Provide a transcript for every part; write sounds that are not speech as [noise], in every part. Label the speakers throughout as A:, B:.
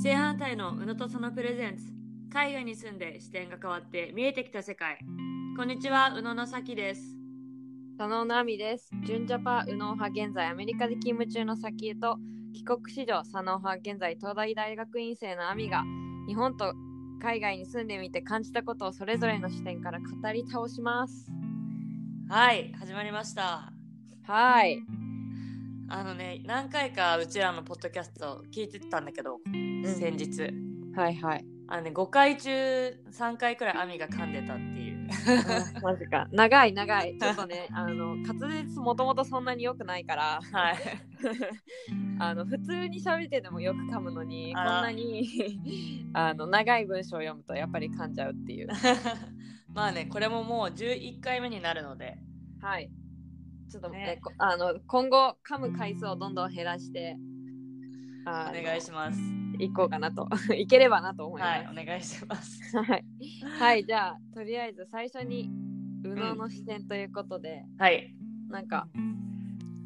A: 正反対の宇野とそのプレゼンツ海外に住んで視点が変わって見えてきた世界こんにちは宇野のさきです
B: 佐野直美です。純ジャパ右脳派現在アメリカで勤務中の先へと帰国子女佐野派現在東大大学院生の亜美が日本と海外に住んでみて感じたことをそれぞれの視点から語り倒します。
A: はい始まりました
B: はい。
A: あのね何回かうちらのポッドキャストを聞いてたんだけど、先日
B: はいはい。
A: あのね5回中3回くらいアミが噛んでたって [laughs] いう
B: [laughs] マジか。長い
A: [laughs]
B: 長い。ちょっとね、あの滑舌もともとそんなに良くない [laughs] から、
A: はい [laughs]
B: あの普通に喋ってでもよく噛むのに、こ
A: あ
B: ん
A: ら
B: なに [laughs] あの長い文章を読むとやっぱり噛んじゃうっ
A: [laughs]
B: ていう。
A: まあねこれももう11回目になるので
B: はい。ちょっとね
A: ね
B: こあの今後噛む回数をどんどん減らして、
A: お
B: あの
A: 願いします
B: 行こうかなと [laughs] 行ければなと思い
A: はい
B: ま
A: お願いします
B: す。はい。はい、じゃあとりあえず最初に右脳の視点ということで、
A: はい
B: なんか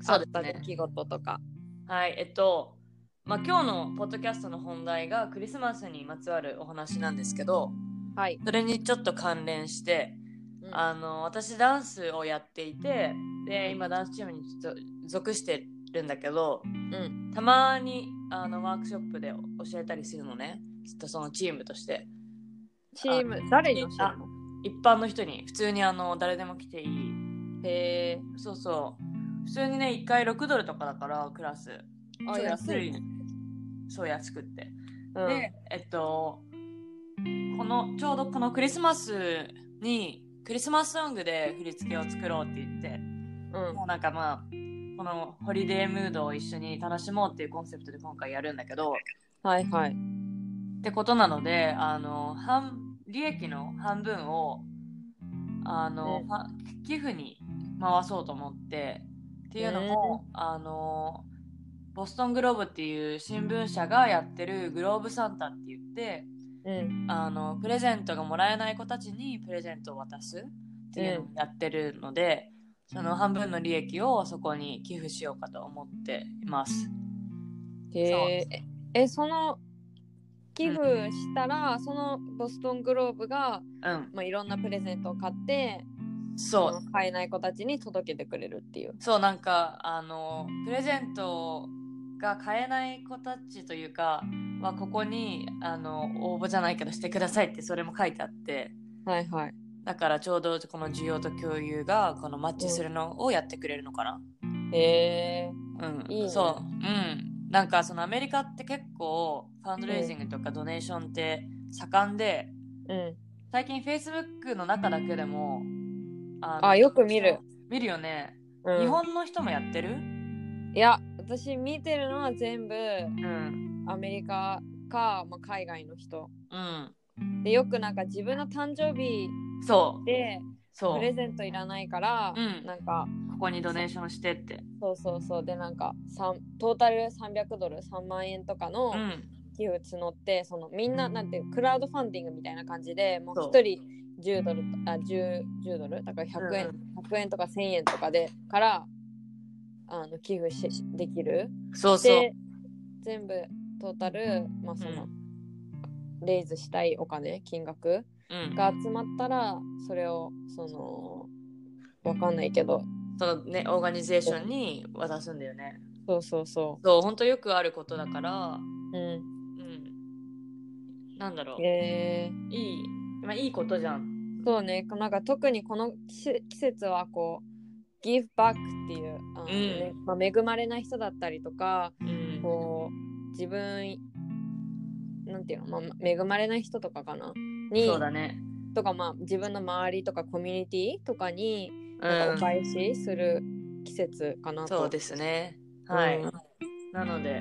A: そ
B: あ
A: う
B: っ
A: です
B: た
A: ね
B: 出来事とか。
A: はい、えっと、まあ、今日のポッドキャストの本題がクリスマスにまつわるお話なんですけど
B: はい。
A: それにちょっと関連して
B: うん
A: あの私ダンスをやっていてで今ダンスチームにちょっと属してるんだけど
B: うん
A: たまにあのワークショップで教えたりするのねちょっとそのチームとして
B: チーム誰に教えるの？
A: 一般の人に普通にあの誰でも来ていい
B: へえ。
A: そうそう普通にね1回6ドルとかだからクラス
B: あ
A: 超
B: 安いね。
A: そう安くって
B: うん
A: で、えっと、この、ちょうどこのクリスマスに、クリスマスソングで振り付けを作ろうって言って、
B: うん
A: もうなんかまあ、このホリデームードを一緒に楽しもうっていうコンセプトで今回やるんだけど、
B: はいはい。
A: ってことなので、あの、半、利益の半分を、あの、
B: うん
A: は寄付に回そうと思って、っていうのも、あの、ボストングローブっていう新聞社がやってるグローブサンタって言って、
B: うん
A: あのプレゼントがもらえない子たちにプレゼントを渡すっていうのをやってるので、その半分の利益をそこに寄付しようかと思っています。
B: へえ。えその寄付したら、そのボストングローブが
A: うん、
B: まあ、いろんなプレゼントを買って
A: そ
B: そうの買えない子たちに届けてくれるっていう。
A: そうなんかあのプレゼントが買えない子たちというかはここにあの応募じゃないけどしてくださいってそれも書いてあって
B: はいはい。
A: だからちょうどこの需要と共有がこのマッチするのをやってくれるのかな。
B: へえ。
A: うん、
B: いいね
A: そう、うん、なんかそのアメリカって結構ファンドレイジングとかドネーションって盛んで、
B: うん。
A: 最近 Facebook の中だけでもあ
B: あよく見る
A: 見るよね、
B: うん
A: 日本の人もやってる
B: いや私見てるのは全部
A: うん
B: アメリカか、まあ、海外の人。
A: うん
B: でよくなんか自分の誕生日
A: そう
B: で
A: そ
B: プ
A: う
B: レゼントいらないから、
A: うん
B: なんか
A: ここにドネーションしてって
B: そうそうそうでなんかさんトータル300ドル3万円とかの
A: うん
B: 寄付募ってそのみんななんていうクラウドファンディングみたいな感じでもう
A: そう
B: 1人10ドルとあ 10, 10ドルだから100円、
A: うん
B: 100円とか1000円とかでからあの寄付しできる
A: そうそう
B: で全部トータル、まあ、その、
A: う
B: レイズしたいお金金額
A: うん
B: が集まったらそれをそのわかんないけど
A: そのねオーガニゼーションに渡すんだよね
B: そうそうそ
A: そう本当よくあることだから
B: ううん
A: うんなんだろう
B: え
A: いいまあいいことじゃん
B: ー、そうねこうなんか特にこの季季節はこうギフバックっていうあの、ねまあ、恵まれない人だったりとか
A: うん
B: こう自分なんていうの、まあ、恵まれない人とかかなに
A: そうだね。
B: とかまあ自分の周りとかコミュニティとかになんかお
A: う、
B: 返しする季節かなんと、
A: そうですね。はい。
B: うん
A: なので、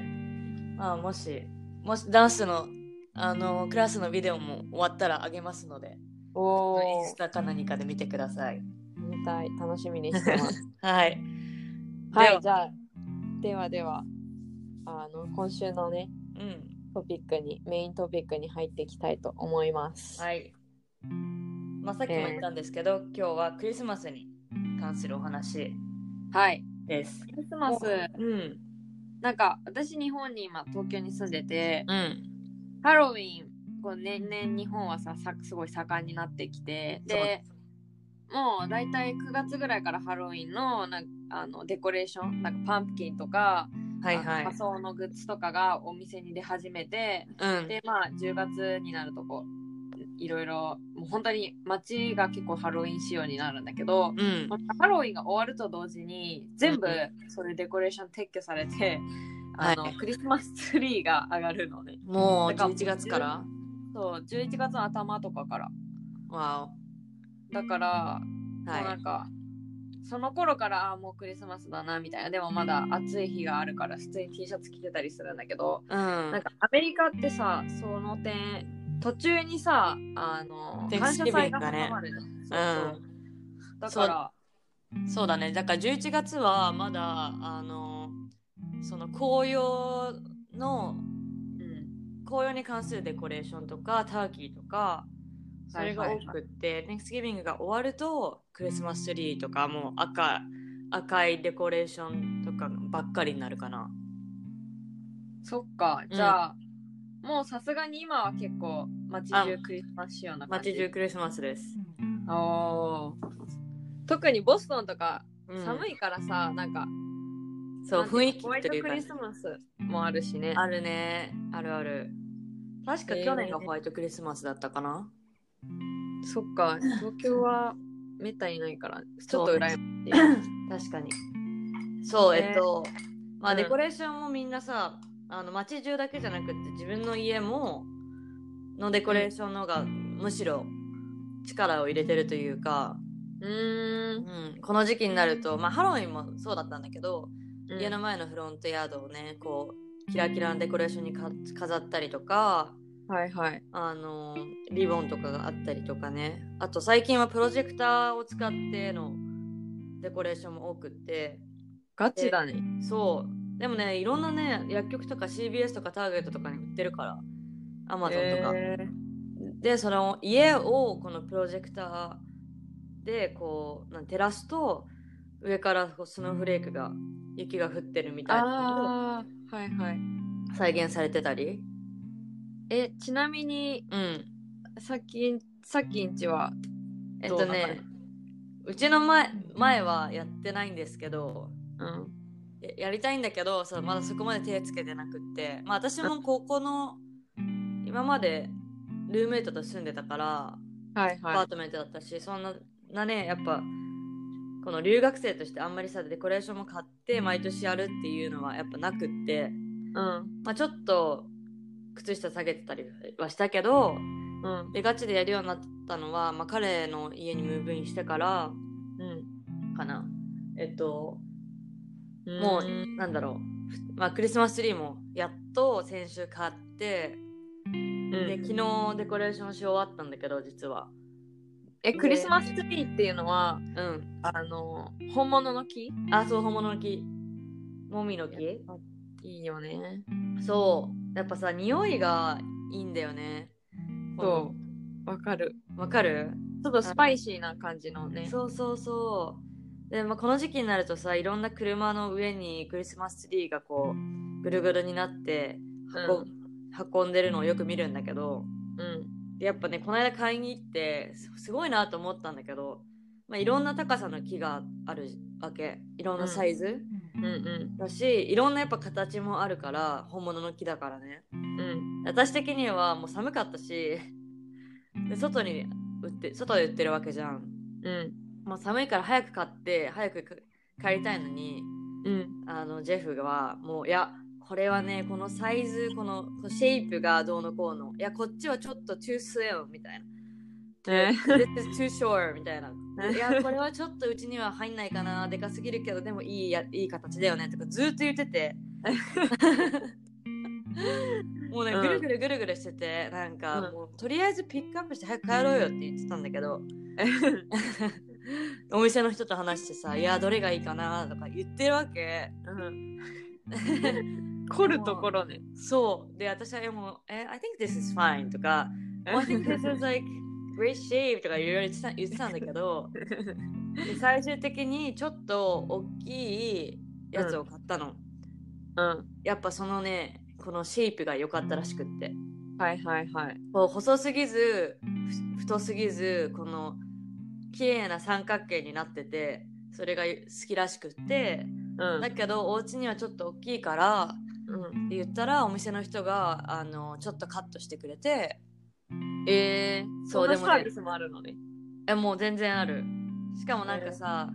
A: まあ、もし、もしダンスの、あの、クラスのビデオも終わったらあげますので、
B: お
A: イン
B: お
A: スタか何かで見てください。
B: 見たい楽しみにしてます
A: [laughs] はい。
B: は
A: で
B: いじゃあではではあの今週のね
A: うん。
B: トピックにメイントピックに入っていきたいと思います、
A: はい。まあ、さっきも言ったんですけど、今日はクリスマスに関するお話
B: はい、
A: です。
B: クリスマス
A: うん。
B: なんか私日本に今東京に住んでて
A: うん。
B: ハロウィン、こう年々日本はささ、すごい盛んになってきて、で、もう大体9月ぐらいからハロウィンのなんかあのデコレーション、なんかパンプキンとか、
A: はいはい
B: あの仮。装のグッズとかがお店に出始めて、
A: うん。
B: で、まあ10月になるとこう、いろいろ、もう本当に街が結構ハロウィン仕様になるんだけど、
A: うん
B: ま。あハロウィンが終わると同時に全部
A: うん
B: そういうデコレーション撤去されて、あの
A: はい
B: クリスマスツリーが上がるのね
A: もう
B: だから
A: 11月から
B: そう11月の頭とかから
A: わ
B: だから、
A: お。
B: もうな
A: は
B: んかその頃からあーもうクリスマスだなみたいなでもまだ暑い日があるから普通に T シャツ着てたりするんだけど、
A: い。う
B: なん
A: ん。
B: かアメリカってさその点途中にさあの
A: Thanksgiving
B: 感謝祭が
A: がね
B: 始まるの、そうそうだから
A: そうだね。だから11月はまだ、あの、その紅葉の、
B: うん
A: 紅葉に関するデコレーションとか、ターキーとか、それが多くって、Thanksgiving が終わると、クリスマスツリーとか、もう赤、赤いデコレーションとかばっかりになるかな。
B: そっか、じゃあ、もうさすがに今は結構街中クリスマス仕様な感じ。
A: 街中クリスマスです。
B: おー特にボストンとか寒
A: い。
B: いからさ、なんか、
A: そう、
B: なんて
A: 雰
B: い
A: 囲
B: の
A: 気
B: ホワイト
A: という
B: ク
A: かね
B: リスマスもあるしね。
A: あるね。あるある。確か
B: えー
A: 去年がホワイトクリスマスだったかな。
B: そっか、東京はめったにないから、ちょっと
A: そう
B: 羨まし
A: 確
B: い。
A: かに。そう、
B: ね
A: えっと、まあ、
B: うん
A: デコレーションもみんなさ、あの街中だけじゃなくって自分の家ものデコレーションの方がむしろ力を入れてるというか、
B: うー。
A: うんん、この時期になると、まあ、ハロウィンもそうだったんだけど、
B: うん
A: 家の前のフロントヤードをねこうキラキラのデコレーションにか飾ったりとか
B: はいはい。
A: あのリボンとかがあったりとかねあと最近はプロジェクターを使ってのデコレーションも多くって
B: ガチだね。
A: そうでもねいろんなね薬局とか CBS とかターゲットとかに売ってるからアマゾンとか、
B: え
A: でその家をこのプロジェクターでこうなん照らすと上からこうスノーフレークが雪が降ってるみ
B: ー、
A: たいなのを
B: ああ、はいはい。
A: 再現されてたり
B: え、ちなみに、
A: うん
B: さっき、さっきんちは、
A: えっとねうちの前前はやってないんですけど
B: うん。
A: ややりたいんだけどさまだそこまで手つけてなくってまあ私も高校の今までルームメイトと住んでたから
B: はい
A: ア
B: はい
A: パー。トメントだったし、そんななねやっぱこの留学生としてあんまりさデコレーションも買って毎年やるっていうのはやっぱなくって、
B: うん。
A: まあ、ちょっと靴下下げてたりはしたけど
B: うん。
A: でガチでやるようになったのは、まあ、彼の家にムーブインしてから
B: うん。
A: かなえっとも
B: も
A: う、
B: う、
A: なんだろう、ふまあ、クリスマスツリーもやっと先週買って、で昨日デコレーションし終わったんだけど実は
B: え、クリスマスツリーっていうのは、
A: うん
B: あの、本物の木
A: あそう本物の木もみの木
B: いいよね。
A: そうやっぱさ匂いがいいんだよねこ
B: そう。わかる。
A: のわかる
B: ちょっとスパイシーな感じのね。
A: そうそうそうで、まあ、この時期になるとさいろんな車の上にクリスマスツリーがこうぐるぐるになって
B: う
A: 運,、運んでるのをよく見るんだけど
B: うん。
A: でやっぱねこの間買いに行ってすすごいなと思ったんだけど、まあ、いろんな高さの木があるわけいろんなサイズ、
B: うんう
A: だしいろんなやっぱ形もあるから本物の木だからね
B: ん。うん。
A: 私的にはもう寒かったしで外に売って外で売ってるわけじゃん、
B: うん。
A: まあ、寒いから早く買って早くか帰りたいのに
B: うん。
A: あのジェフはもういやこれはねこのサイズこのこのシェイプがどうのこうのいやこっちはちょっと too slim みたいな
B: ね
A: [laughs] This is too short みた [laughs] いな。いや、これはちょっとうちには入んないかな、でかすぎるけど、でもいいやいい形だよねとかずーっと言って [laughs] て。もうね、
B: うん
A: ぐるぐるぐるぐるしてて、なんか、
B: うん
A: もうとりあえずピックアップして早く帰ろうよって言ってたんだけど、 [laughs] お店の人と話してさ、いや、どれがいいかなとか言ってるわけ。
B: うん。 [laughs] 凝るところね。
A: そう。で、私は、えもう、え、I think this is fine とか、Oh, I think this is like great shape とかいろいろ言ってた言ってたんだけど、で最終的にちょっと大きいやつを買ったの、
B: うん。
A: やっぱそのねこのシェイプが良かったらしくって
B: はいはいはい。
A: こう細すぎずふ太すぎずこの綺麗な三角形になっててそれが好きらしくって
B: うん
A: だけどお家にはちょっと大きいから
B: うん。
A: って言ったらお店の人があのちょっとカットしてくれて
B: ええ
A: そ
B: そう
A: うで
B: でも
A: も
B: サ
A: ね
B: ービスもあるのね。
A: えもう全然あるしかもなんかさ、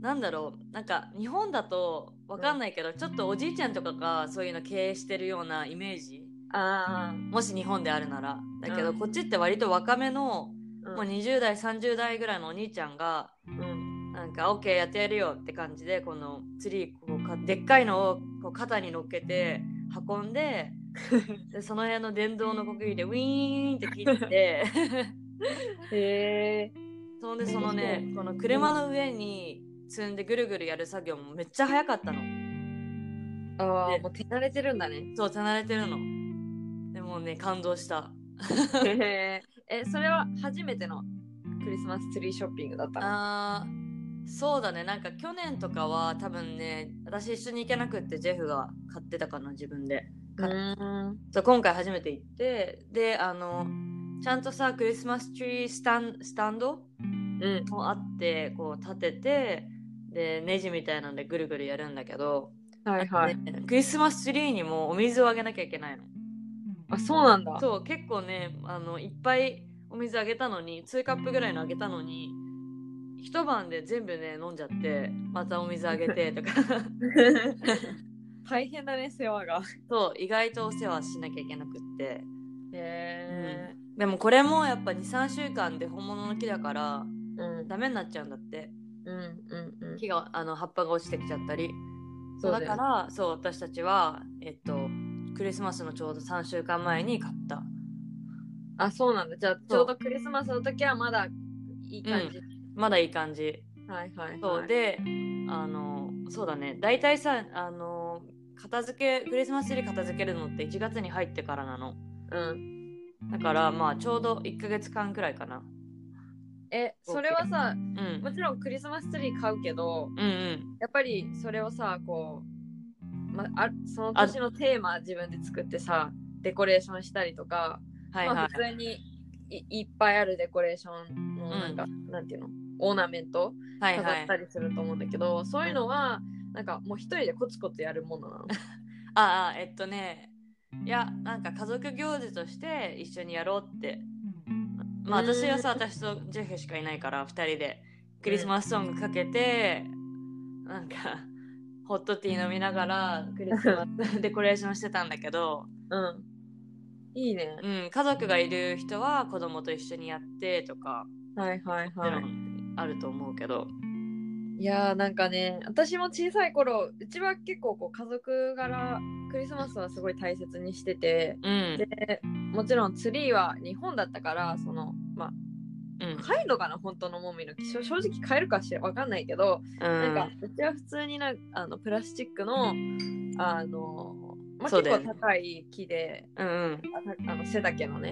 A: なんだろうなんか日本だとわかんないけど、ちょっとおじいちゃんとかがそういうの経営してるようなイメージ
B: あ
A: もし日本であるならだけど、
B: うん
A: こっちって割と若めの
B: あ。
A: もう20代30代ぐらいのお兄ちゃんが
B: うん。
A: なんか OK やってやるよって感じでこのツリーこうかでっかいのをこう肩に乗っけて運んででその辺の電動のこぎりでウィーンって切って
B: へえ。
A: そんでそのねこの車の上に積んでぐるぐるやる作業もめっちゃ早かったの
B: ああ、
A: で
B: もう手慣れてるんだね。
A: そう手慣れてるのでもね感動した
B: へえ。え、それは初めてのクリスマスツリーショッピングだったの
A: あーそうだねなんか去年とかは多分ね私一緒に行けなくってジェフが買ってたかな自分で
B: うーん。
A: そう今回初めて行ってであのちゃんとさクリスマスツリースタンスタンド
B: うん。
A: もあってこう立ててでネジみたいなのでぐるぐるやるんだけど、
B: はいはい。
A: ねクリスマスツリーにもお水をあげなきゃいけないの
B: あ、そうなんだ。
A: そう結構ねあのいっぱいお水あげたのに2カップぐらいのあげたのに一晩で全部ね飲んじゃってまたお水あげて
B: [laughs]
A: とか
B: 大変だね、世話が。
A: そう意外とお世話しなきゃいけなくって
B: へえ。
A: でもこれもやっぱ23週間で本物の木だから
B: うん。
A: ダメになっちゃうんだって
B: うんうんうん。
A: 木があの葉っぱが落ちてきちゃったりそう
B: そうだ
A: だ
B: よね
A: からそう私たちはえっとクリスマスのちょうど3週間前に買った
B: あ、そうなんだ。じゃあ、ちょうどクリスマスの時はまだいい感じ。
A: まだいい感じ
B: はいはい、はい。
A: そうであのそうだね大体さあの片付けクリスマスツリー片付けるのって1月に入ってからなの
B: うん。
A: だからまあちょうど1ヶ月間くらいかな
B: え、それはさ、
A: うん
B: もちろんクリスマスツリー買うけど、
A: うんうん
B: やっぱりそれをさ、こう、ま、あその年のテーマ自分で作ってさ、デコレーションしたりとか、
A: はい
B: まあ
A: は
B: 普通にいいっぱいあるデコレーションのなんか、なんていうのオーナメント
A: いはい
B: 飾
A: は
B: っ
A: い
B: たりすると思うんだけど、そういうのはなんかもう一人でコツコツやるものなの。
A: ああえっとねいやなんか家族行事として一緒にやろうってまあ
B: うん
A: 私はさ私とジェフしかいないから2人でクリスマスソングかけて、なんかホットティー飲みながらクリスマ
B: [laughs]
A: スデコレーションしてたんだけど、
B: うん。いいね。
A: うん、家族がいる人は子供と一緒にやってとか、
B: はいはい
A: もちろ
B: は
A: んあると思うけど
B: い。いやーなんかね私も小さい頃うちは結構こう家族柄クリスマスはすごい大切にしてて
A: うん
B: でもちろんツリーは日本だったからそのまあ
A: うん
B: 買えるのかな本当のもみの木正正直買えるかしらわかんないけど、
A: う
B: なん
A: ん
B: かうちは普通になんあのプラスチックのあの、まあ、
A: そう
B: 結
A: だよ
B: 構
A: ね
B: 高い木で、
A: うん
B: ああの背丈のね、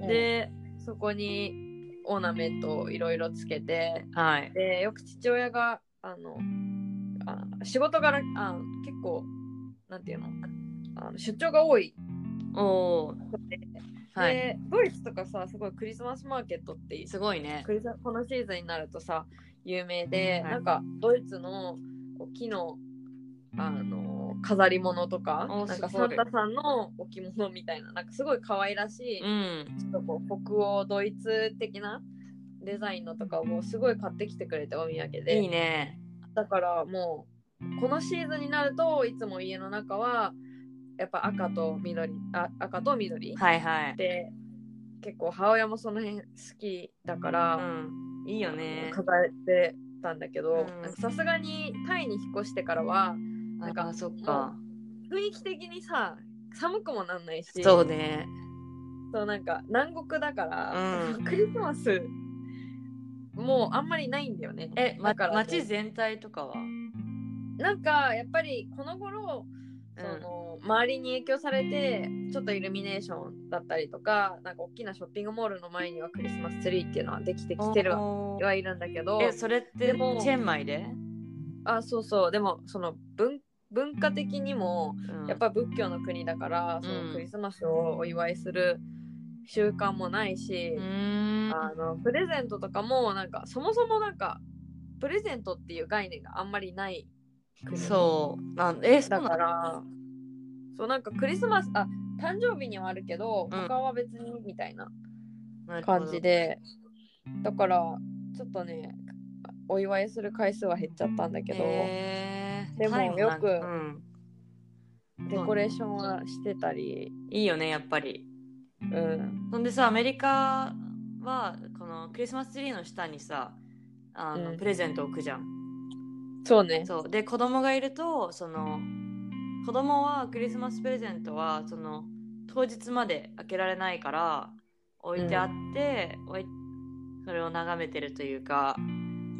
A: うん
B: でそこにオーナメントをいろいろつけて
A: はい
B: でよく父親があのあ仕事柄あ結構なんていうのあの出張が多い
A: おー
B: ので,、
A: はい
B: でドイツとかさすごいクリスマスマーケットって
A: すごいね
B: クリスマスこのシーズンになるとさ有名で、
A: はい
B: なんかドイツのこう木のあの飾り物とか
A: お
B: なんか
A: すごい
B: サンタさんの置物みたいななんかすごい可愛らしい、
A: うん
B: ちょっとこう北欧ドイツ的なデザインのとかをすごい買ってきてくれてお土産で
A: いいね
B: だからもうこのシーズンになるといつも家の中はやっぱ赤と緑あ赤と緑、
A: はいはい
B: で結構母親もその辺好きだから。
A: うん、いいよね。
B: 抱えてたんだけど
A: うん
B: さすがにタイに引っ越してからは
A: なん
B: あ
A: か、
B: ー
A: そっ
B: か
A: か。
B: 雰囲気的にさ寒くもなんないし
A: そうね。
B: そうなんか南国だから、
A: うん
B: クリスマスもうあんまりないんだよね
A: え、ま、
B: だからね
A: 街全体とかは
B: なんかやっぱりこの頃その、周りに影響されてちょっとイルミネーションだったりとかなんか大きなショッピングモールの前にはクリスマスツリーっていうのはできてきてるわ
A: おー
B: はいるんだけど
A: え、それって、
B: で
A: チ
B: も
A: ェンマイで
B: あそうそうでもその文文化的にも
A: うん
B: やっぱ仏教の国だから、そのクリスマスをお祝いする習慣もないし
A: う、ーん
B: あのプレゼントとかもなんかそもそもなんかプレゼントっていう概念があんまりない国
A: そうなんえそうな
B: だ
A: ん
B: からそうなんかクリスマスあ誕生日にはあるけど
A: うん
B: 他は別にみたいな
A: なるほど
B: 感じで、だからちょっとねお祝いする回数は減っちゃったんだけど、
A: へー
B: でも
A: タイなんか
B: よく
A: うん
B: デコレーションはしてたり、
A: いいよねやっぱり
B: うん、
A: ほんでさアメリカはこのクリスマスツリーの下にさあの、
B: うん
A: プレゼント置くじゃん
B: そうね
A: そうで子供がいるとその子供はクリスマスプレゼントはその当日まで開けられないから置いてあって、置いそれを眺めてるというか、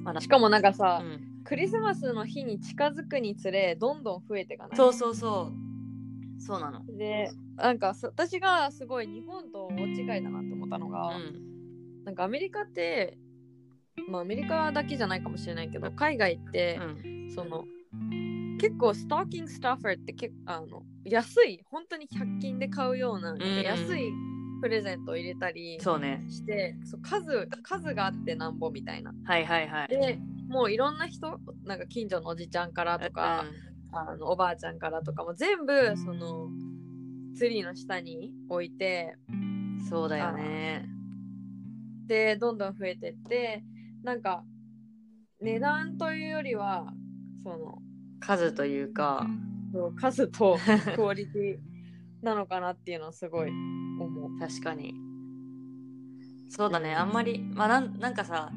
A: まだ
B: しかもなんか
A: う
B: さ、
A: ん、
B: クリスマスの日に近づくにつれどんどん増えてかない
A: そうそうそうそうなの
B: でなんかそ私がすごい日本と大違いだなって思ったのが、
A: う
B: なんかアメリカってまあアメリカだけじゃないかもしれないけど海外って
A: ん、う、ん、
B: その結構ストッキングスタッファーって結あの安い本当に100均で買うような、
A: んうん
B: 安いプレゼントを入れたり
A: そうね
B: してそう数数があってなんぼみたいな。
A: はいはいはい
B: でもういろんな人なんか近所のおじちゃんからとか、あのおばあちゃんからとかも全部そのツリーの下に置いて
A: うんそうだよね
B: でどんどん増えてってなんか値段というよりはその
A: 数というか
B: そう数とクオリティなのかなっていうのはすごい思う。
A: 確かにそうだねあんまりまあなんなんかさ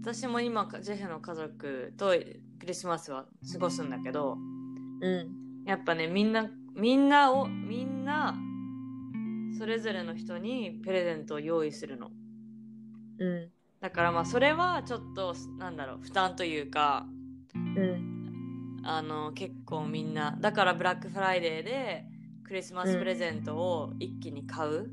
A: 私も今ジェフの家族とクリスマスは過ごすんだけど
B: うん、
A: やっぱねみんなみんなをみんなそれぞれの人にプレゼントを用意するの
B: う
A: だからまあそれはちょっとなんだろう負担というか
B: ん、うん、
A: あの結構みんなだからブラックフライデーでクリスマスプレゼントを一気に買う、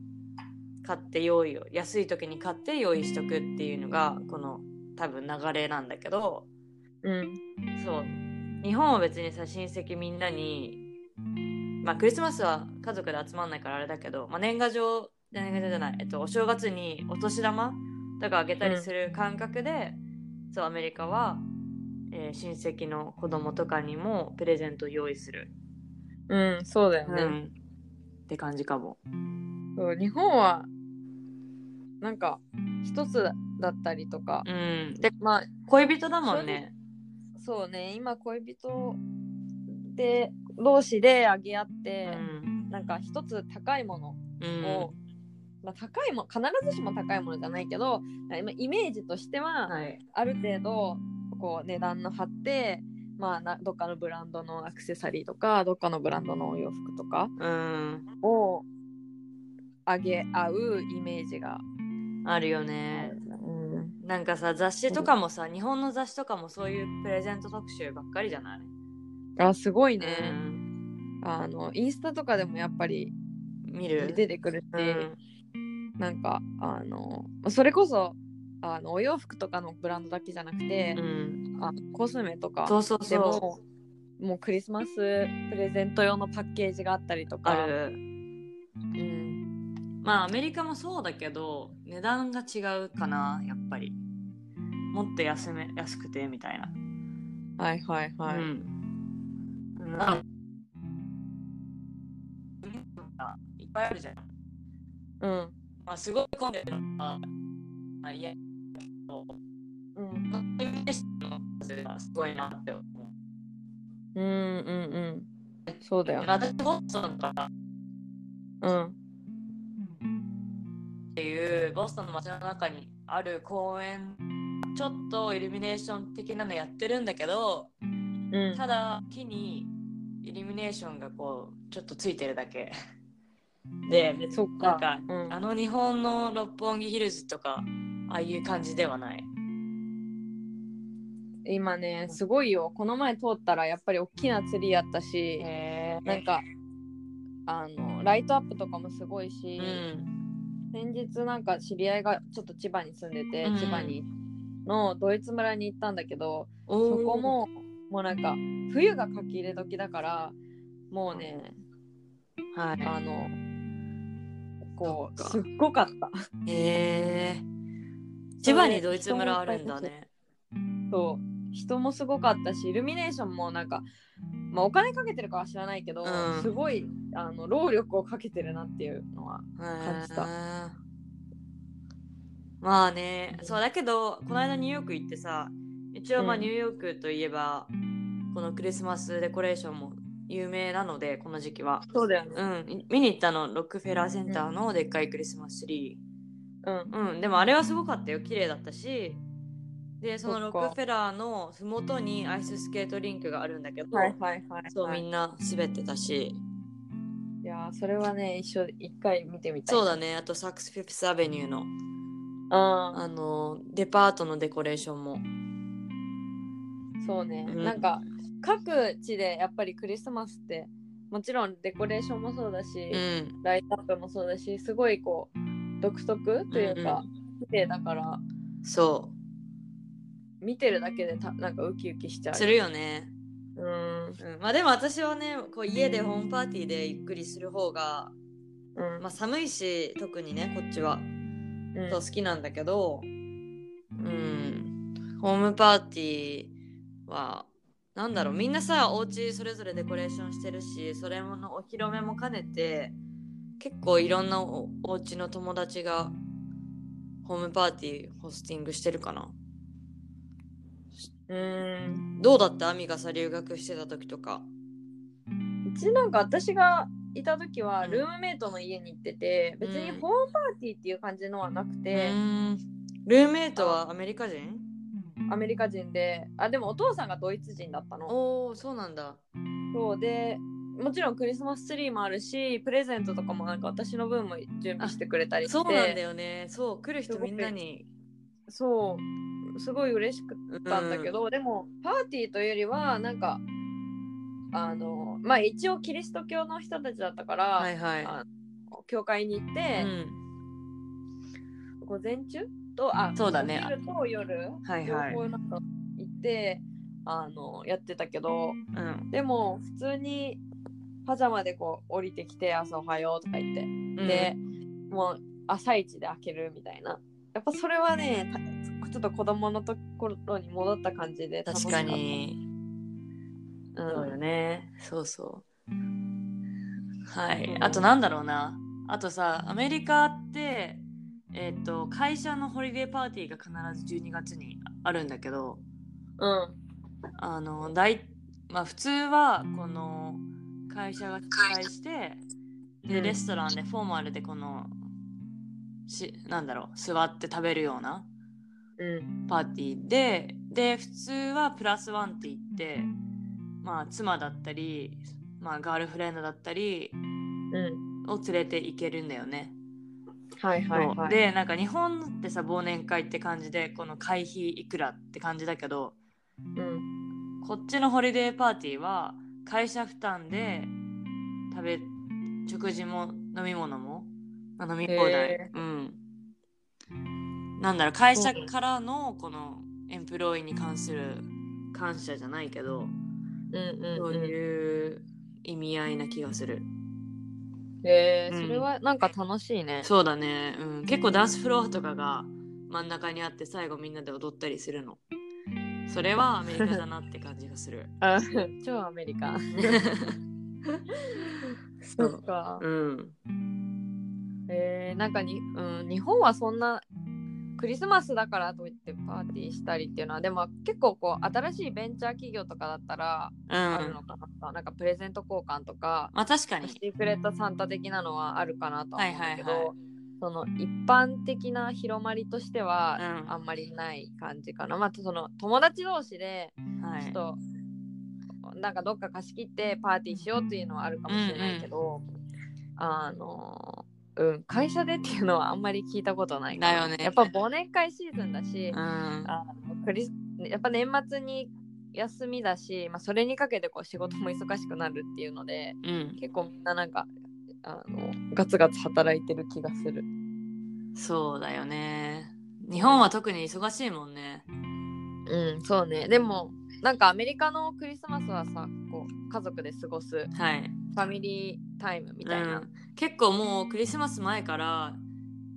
A: 買って用意を安い時に買って用意しとくっていうのがこの多分流れなんだけど
B: うん、
A: そう日本は別にさ親戚みんなにまあクリスマスは家族で集まんないからあれだけど、まあ、年賀状年賀状じゃない、えっと、お正月にお年玉とかあげたりする感覚で、そうアメリカは、えー親戚の子供とかにもプレゼント用意する、
B: うん、そうだよ
A: う
B: ね。
A: んって感じかも。
B: そう日本はなんか一つだったりとか、
A: うん、で
B: まあ
A: 恋人だもんね。
B: そうね今恋人で同士であげ合っ
A: う
B: て、
A: ん
B: なんか一つ高いもの
A: うん
B: を、まあ、高いも必ずしも高いものじゃないけど今イメージとしては、
A: はい、
B: ある程度こう値段の張って、まあ、などっかのブランドのアクセサリーとかどっかのブランドのお洋服とか
A: うん
B: をあげ合うイメージが、
A: あるよね。
B: うん、
A: なんかさ雑誌とかもさ、日本の雑誌とかもそういうプレゼント特集ばっかりじゃない
B: あすごい
A: ね
B: ね、あのインスタとかでもやっぱり
A: 見る
B: 出てくるし、
A: うん
B: なんかあのそれこそあのお洋服とかのブランドだけじゃなくて
A: う、ん、
B: あコスメとか
A: そうそう
B: で
A: そう
B: ももうクリスマスプレゼント用のパッケージがあったりとか
A: ある
B: うん、
A: まあアメリカもそうだけど値段が違うかなやっぱりもっと安め安くてみたいな、
B: はいはいはい、
A: うんなんかいっぱいあるじゃん、
B: うん
A: まあ、すごい混んでるのはまあいや
B: うん
A: 本当に見てしまうのがすごいなって思う
B: うんうんうんそうだよね
A: 私ボストンとか
B: うん
A: っていうボストンの街の中にある公園ちょっとイルミネーション的なのやってるんだけど
B: うん
A: ただ木にイルミネーションがこうちょっとついてるだけで別
B: そっ
A: な
B: か
A: んか、
B: うん
A: あの日本の六本木ヒルズとかああいう感じではない
B: 今ねすごいよこの前通ったらやっぱり大きな釣りやったし
A: へえ
B: なんかあのライトアップとかもすごいうし、
A: ん
B: 先日なんか知り合いがちょっと千葉に住んでて、
A: うん
B: 千葉にのドイツ村に行ったんだけど
A: お
B: そ
A: ー
B: こももうなんか冬が書き入れ時だからもうね
A: はい。
B: あのこう
A: そっか
B: すっごかった
A: へえ。千葉にドイツ村あるんだね。
B: そう人もすごかったしイルミネーションもなんか、まあ、お金かけてるかは知らないけど、
A: うん
B: すごいあの労力をかけてるなっていうのは感じた
A: へーまあね、そうだけど、この間ニューヨーク行ってさ、一応まあ
B: うん
A: ニューヨークといえば、このクリスマスデコレーションも有名なので、この時期は。
B: そうだよね
A: うん、見に行ったの、ロックフェラーセンターのでっかいクリスマスツリー。
B: うん
A: うん、でもあれはすごかったよ綺麗だったしでその
B: そ
A: ロ
B: っか
A: ックフェラーの麓にアイススケートリンクがあるんだけど、
B: はいはいはい、
A: そう、
B: はい、
A: みんな滑ってたし
B: いやーそれはね一緒一回見てみたい
A: そうだねあとサックスフィフスアベニューの
B: あ
A: あのデパートのデコレーションも
B: ーそうね、
A: うん
B: なんか各地でやっぱりクリスマスってもちろんデコレーションもそうだし、
A: うん
B: ライトアップもそうだしすごいこう独特というか、綺麗だから
A: そ
B: 見てるだけでたなんかウキウキしちゃ
A: う
B: う
A: するよね、
B: う
A: う
B: ん
A: ん、まあでも私はねこう家でホームパーティーでゆっくりする方が、
B: うん
A: まあ、寒いし特にねこっちは
B: うん
A: そう好きなんだけど、うん、ホームパーティーはなんだろうみんなさお家それぞれデコレーションしてるしそれものお披露目も兼ねて結構いろんなおお家の友達がホームパーティーホスティングしてるかな
B: うーん
A: どうだったアミがさ留学してた時とか
B: うちなんか私がいた時は
A: うん
B: ルームメイトの家に行ってて別に
A: うん
B: ホームパーティーっていう感じのはなくて
A: う、んルームメイトはアメリカ人
B: アメリカ人であでもお父さんがドイツ人だったの
A: おおそうなんだ
B: そうでもちろんクリスマスツリーもあるしプレゼントとかもなんか私の分も準備してくれたりして
A: そうなんだよねそう来る人みんなに
B: そうすごい嬉しくったんだけど、でもパーティーというよりはなんかあのまあ一応キリスト教の人たちだったから、
A: はいはい
B: あ教会に行って
A: う、ん
B: 午前中とあ
A: そうだね
B: お昼と夜
A: はいはい
B: 両方なんか行ってあのやってたけ
A: う
B: ど
A: ん
B: でも普通にパジャマでこう降りてきて朝おはようとか言って、でもう朝一で開けるみたいなやっぱそれはねたちょっと子供のところに戻った感じで楽し
A: 確
B: かった
A: か、に
B: う
A: そうよ
B: ん、
A: ねそうそうはい、
B: うん
A: あとなんだろうなあとさアメリカってえっ、と会社のホリデーパーティーが必ず12月にあるんだけど
B: うん
A: あのだいまあ普通はこの会社が主催して
B: う
A: で
B: ん
A: レストランでフォーマルでこのしなんだろう座って食べるような
B: うん
A: パーティーでで普通はプラスワンって言ってまあ妻だったりまあガールフレンドだったり
B: うん
A: を連れて行けるんだよね。
B: はいはい
A: そ
B: は
A: う
B: い
A: でなんか日本ってさ忘年会って感じでこの会費いくらって感じだけど
B: うん
A: こっちのホリデーパーティーは会社負担で食べ食事も飲み物も、まあ飲み放題、
B: へ
A: うんなんだろう会社からのこのエンプロイに関する感謝じゃないけど、
B: うんうん
A: そう
B: うん
A: いう意味合いな気がする、
B: へえ
A: うん
B: それはなんか楽しいね、
A: そうだね、うん、結構ダンスフロアとかが真ん中にあって最後みんなで踊ったりするのそれはアメリカだなって感じがする
B: あ超アメリカ
A: そ
B: [laughs] そうっか、
A: うん
B: えー、なんかに、うん、日本はそんなクリスマスだからといってパーティーしたりっていうのはでも結構こう新しいベンチャー企業とかだったら
A: う
B: あるの
A: ん
B: かな、なんかプレゼント交換とか
A: まあ確かに
B: シークレットサンタ的なのはあるかなとは思うんだけど、
A: はいはいは
B: その一般的な広まりとしては
A: うん
B: あんまりない感じかな、またその友達同士で
A: は
B: ちょっ
A: い
B: と、なんかどっか貸し切ってパーティーしようっていうのはあるかもしれないけど、あのうん会社でっていうのはあんまり聞いたことないかな
A: だよね
B: やっぱ忘年会シーズンだし、
A: うん
B: あのクリスやっぱ年末に休みだし、まあ、それにかけてこう仕事も忙しくなるっていうので
A: うん
B: 結構みんななんかあのガツガツ働いてる気がする
A: そうだよね。日本は特に忙しいもんね。
B: うんそうねでもなんかアメリカのクリスマスはさこう家族で過ごす
A: はい
B: ファミリータイムみたい
A: う
B: な、
A: ん結構もうクリスマス前から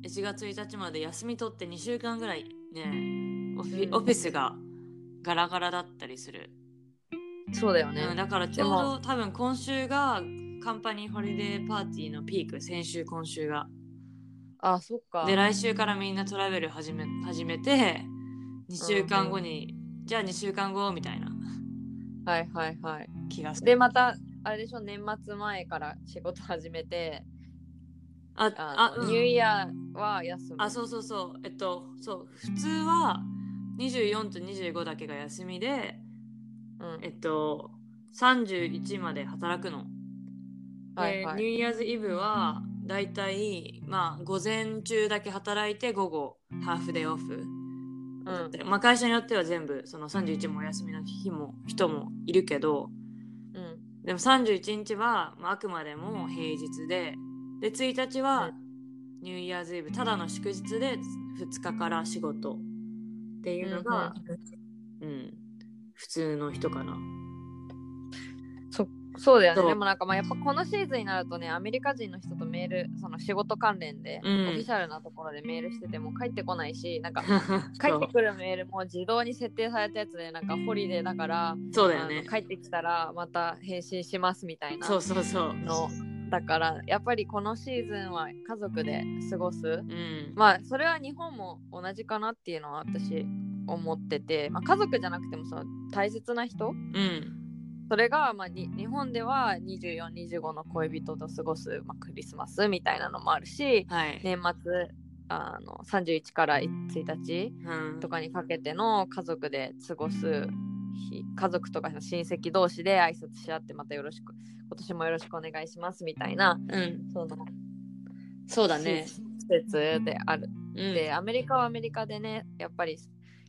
A: 1月1日まで休み取って2週間ぐらいねオフィ,、
B: うん
A: オフィスがガラガラだったりする、
B: そうだよね、
A: うん、だからちょうど多分今週がカンパニーホリデーパーティーのピーク先週今週が
B: あそっか
A: で来週からみんなトラベル始め始めて2週間後に、じゃあ2週間後みたいな
B: はいはいはい
A: 気がする
B: でまたあれでしょ年末前から仕事始めて
A: あ
B: あの
A: うん
B: ニューイヤーは休む
A: あそうそうそうえっとそう普通は24と25だけが休みで
B: うん
A: えっと31まで働くの。で
B: はいは
A: ニュ
B: い
A: ーイヤーズイブはだいたいまあ午前中だけ働いて午後ハーフデーオフ、
B: うん
A: でまあ、会社によっては全部その31もお休みの日も人もいるけど
B: うん
A: でも31日は、まあ、あくまでも平日でで1日
B: う
A: はニューイヤーズイブただの祝日で2日から仕事っていうのが、うん普通の人かな。
B: そうだよ
A: そう
B: ねでもなんかまあやっぱこのシーズンになるとねアメリカ人の人とメールその仕事関連で、
A: うん
B: オフィシャルなところでメールしてても返ってこないしなんか返
A: [laughs] そ
B: っ
A: う
B: てくるメールも自動に設定されたやつでなんかホリデーだから
A: そうだ
B: あ
A: よね
B: の。帰ってきたらまた返信しますみたいな
A: そうそうそう。
B: のだからやっぱりこのシーズンは家族で過ごす
A: うん。
B: まあそれは日本も同じかなっていうのは私思ってて、まあ、家族じゃなくてもその大切な人
A: うん。
B: それが、まあ、に日本では2425の恋人と過ごす、まあ、クリスマスみたいなのもあるし
A: はい。
B: 年末あの31から1日
A: うん
B: とかにかけての家族で過ごす日家族とか親戚同士で挨拶し合ってまたよろしく今年もよろしくお願いしますみたいな
A: うん。
B: その
A: そうだね。
B: 施設である
A: うん
B: でアメリカはアメリカでねやっぱり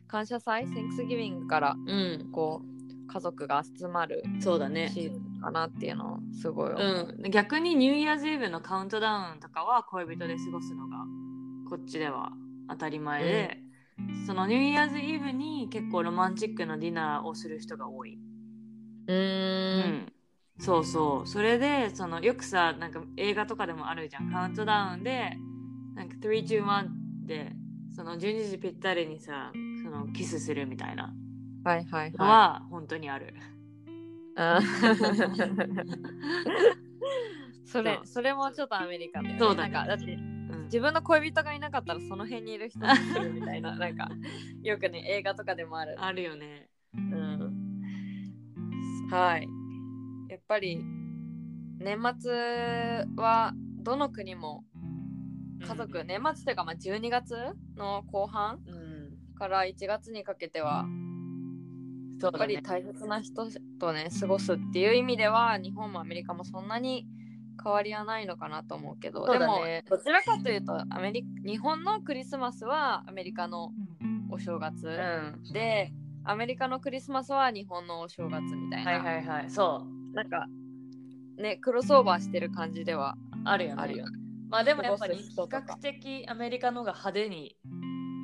B: 感謝祭 Thanksgiving か
A: う
B: ら
A: ん。
B: こう家族が集まる
A: そうだね。
B: シーズンかなっていうのをすごい思う、
A: うん。逆にニューイヤーズイブのカウントダウンとかは恋人で過ごすのがこっちでは当たり前で、そのニューイヤーズイブに結構ロマンチックなディナーをする人が多い。
B: うーん
A: そうそうそれでそのよくさなんか映画とかでもあるじゃんカウントダウンでなんか321でその12時ぴったりにさそのキスするみたいな
B: はいはい
A: の
B: は
A: は本当にあ
B: [laughs]
A: る、
B: いあー [laughs] それそれもちょっとアメリカで、
A: そうだね
B: なんかだって
A: うん
B: 自分の恋人がいなかったらその辺にいる人にするみたい [laughs] ななんかよくね映画とかでもある
A: あるよね
B: うんはいやっぱり年末はどの国も家族、年末っていうかまあ12月の後半
A: うん
B: から1月にかけては
A: そ
B: や
A: うだ
B: っぱ
A: ね
B: り大切な人とね過ごすっていう意味では日本もアメリカもそんなに変わりはないのかなと思うけど
A: そう
B: で
A: だ
B: も
A: ね
B: どちらかというとアメリ日本のクリスマスはアメリカのお正月、
A: うん
B: でアメリカのクリスマスは日本のお正月みたいな、
A: はいはいはいそ
B: なんかねクロスオーバーしてる感じでは
A: うあるよね
B: あるよね。
A: まあでもやっぱり
B: 過ごす
A: 比
B: 人とか
A: 較的アメリカの方が派手に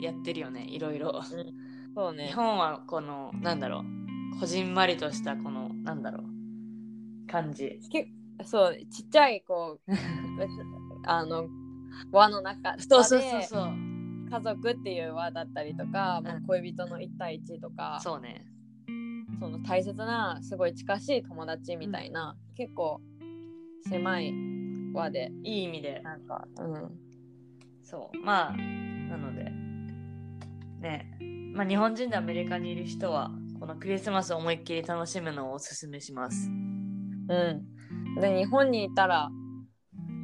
A: やってるよねいろいろ
B: そう
A: 日。本はこのなんだろうこじんまりとしたこのなんだろう感じ
B: けそうちっちゃいこ
A: [laughs]
B: うあの輪の中
A: そうそうそうそう
B: 家族っていう輪だったりとか、まあ
A: うん
B: 恋人の1対1とか
A: そうね
B: その大切なすごい近しい友達みたいな、結構狭い輪で
A: いい意味で
B: なんか、うん、
A: そうまあなのでねまあ日本人でアメリカにいる人はこのクリスマスを思いっきり楽しむのをおすすめします
B: うん。で、日本にいたら、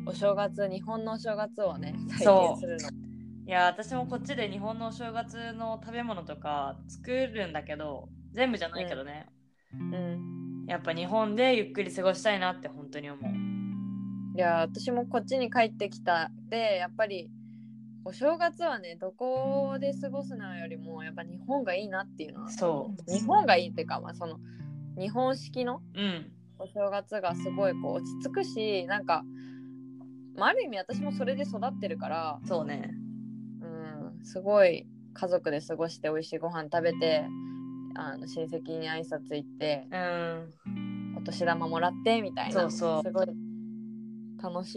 B: お正月、日本のお正月をね、体
A: そ
B: 験
A: う
B: するの。
A: いや私もこっちで日本のお正月の食べ物とか作るんだけど全部じゃないけどね、
B: うん。
A: やっぱ日本でゆっくり過ごしたいなって本当に思う
B: いや、私もこっちに帰ってきた。で、やっぱり、お正月はね、どこで過ごすのよりも、やっぱ日本がいいなっていうのは。
A: そう
B: 日本がいいっていうか、まあ、その、日本式の
A: うん
B: お正月がすごいこう落ち着くし、なんか、まあ、ある意味私もそれで育ってるから、
A: そうね
B: うん、すごい家族で過ごして美味しいご飯食べてあの親戚に挨拶行って
A: うん
B: お年玉もらってみたいな
A: そうそう
B: すごい楽し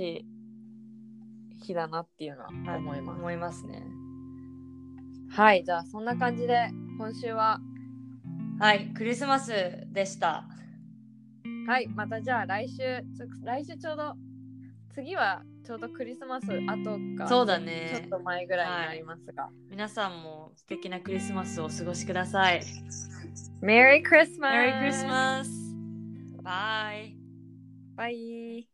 B: い日だなっていうのは
A: はい
B: 思います。
A: 思いますね
B: はい、じゃあそんな感じで今週は
A: はいクリスマスでした
B: はいまたじゃあ来週つ来週ちょうど次はちょうどクリスマス後か
A: そうだ
B: ちょっ
A: ね
B: と前ぐらいになりますが、
A: 皆さんも素敵なクリスマスをお過ごしください
B: メリークリスマス
A: メリークリスマスバイ
B: バイ